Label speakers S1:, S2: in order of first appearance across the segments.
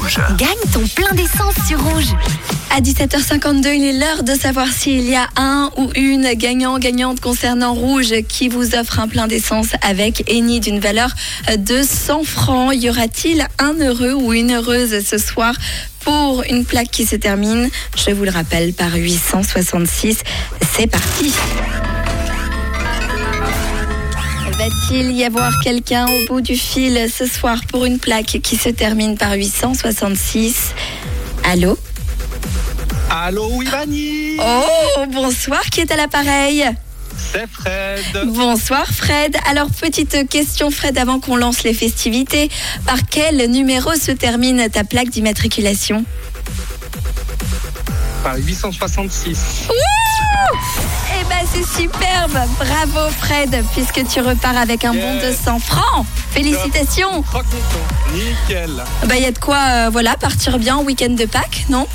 S1: Rouge.
S2: Gagne ton plein d'essence sur Rouge.
S3: À 17h52, il est l'heure de savoir s'il y a un ou une gagnant gagnante concernant Rouge qui vous offre un plein d'essence avec Eni d'une valeur de 100 francs. Y aura-t-il un heureux ou une heureuse ce soir pour une plaque qui se termine, je vous le rappelle, par 866 C'est parti Va-t-il y avoir quelqu'un au bout du fil ce soir pour une plaque qui se termine par 866 Allô
S4: Allô, Ivani
S3: Oh, bonsoir, qui est à l'appareil
S4: C'est Fred.
S3: Bonsoir Fred. Alors, petite question Fred avant qu'on lance les festivités. Par quel numéro se termine ta plaque d'immatriculation
S4: Par 866.
S3: Eh ben, c'est superbe. Bravo Fred, puisque tu repars avec un bon de
S4: Yes.
S3: 100 francs. Félicitations.
S4: Trop content. Nickel.
S3: Bah, il y a de quoi, euh, voilà, partir bien au week-end de Pâques, non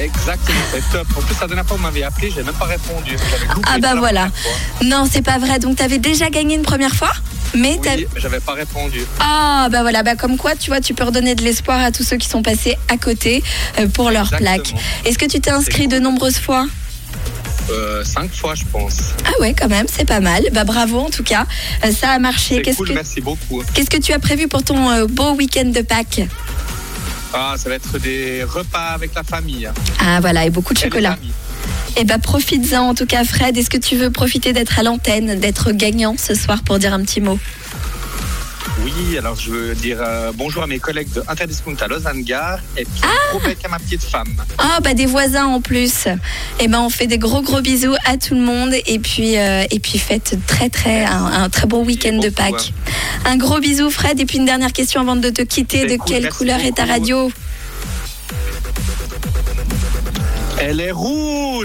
S4: Exactement, c'est top. En plus, la dernière fois, vous m'avez appelé, j'ai même pas répondu. J'avais loupé
S3: Ah bah
S4: ça la
S3: voilà.
S4: première fois.
S3: Non, c'est pas vrai. Donc, t'avais déjà gagné une première fois, mais t'as-
S4: Oui, mais j'avais pas répondu.
S3: Ah bah voilà, bah comme quoi tu vois, tu peux redonner de l'espoir à tous ceux qui sont passés à côté euh, pour leur
S4: Exactement.
S3: plaque. Est-ce que tu t'es inscrit de nombreuses fois
S4: Euh, cinq fois, je pense.
S3: Ah ouais, quand même, c'est pas mal. Bah bravo en tout cas, Euh, ça a marché.
S4: C'est
S3: Qu'est-ce
S4: cool,
S3: que
S4: merci beaucoup.
S3: qu'est-ce que tu as prévu pour ton euh, beau week-end de Pâques
S4: Ah, ça va être des repas avec la famille.
S3: Ah voilà, et beaucoup de
S4: Et les
S3: chocolat.
S4: amis.
S3: Et bah profites-en en tout cas, Fred. Est-ce que tu veux profiter d'être à l'antenne, d'être gagnant ce soir pour dire un petit mot
S4: Oui, alors je veux dire euh, bonjour à mes collègues de Interdiscount à Lausanne-Gare et puis gros bec à ma petite femme.
S3: Ah bah des voisins en plus. Et ben on fait des gros gros bisous à tout le monde et puis euh, et puis faites très très un, un très bon week-end de
S4: Merci beaucoup, hein.
S3: Pâques. Un gros bisou Fred et puis une dernière question avant de te quitter.
S4: C'est
S3: De
S4: cool,
S3: quelle
S4: Bah, merci
S3: couleur est ta
S4: beaucoup.
S3: radio
S4: Elle est rouge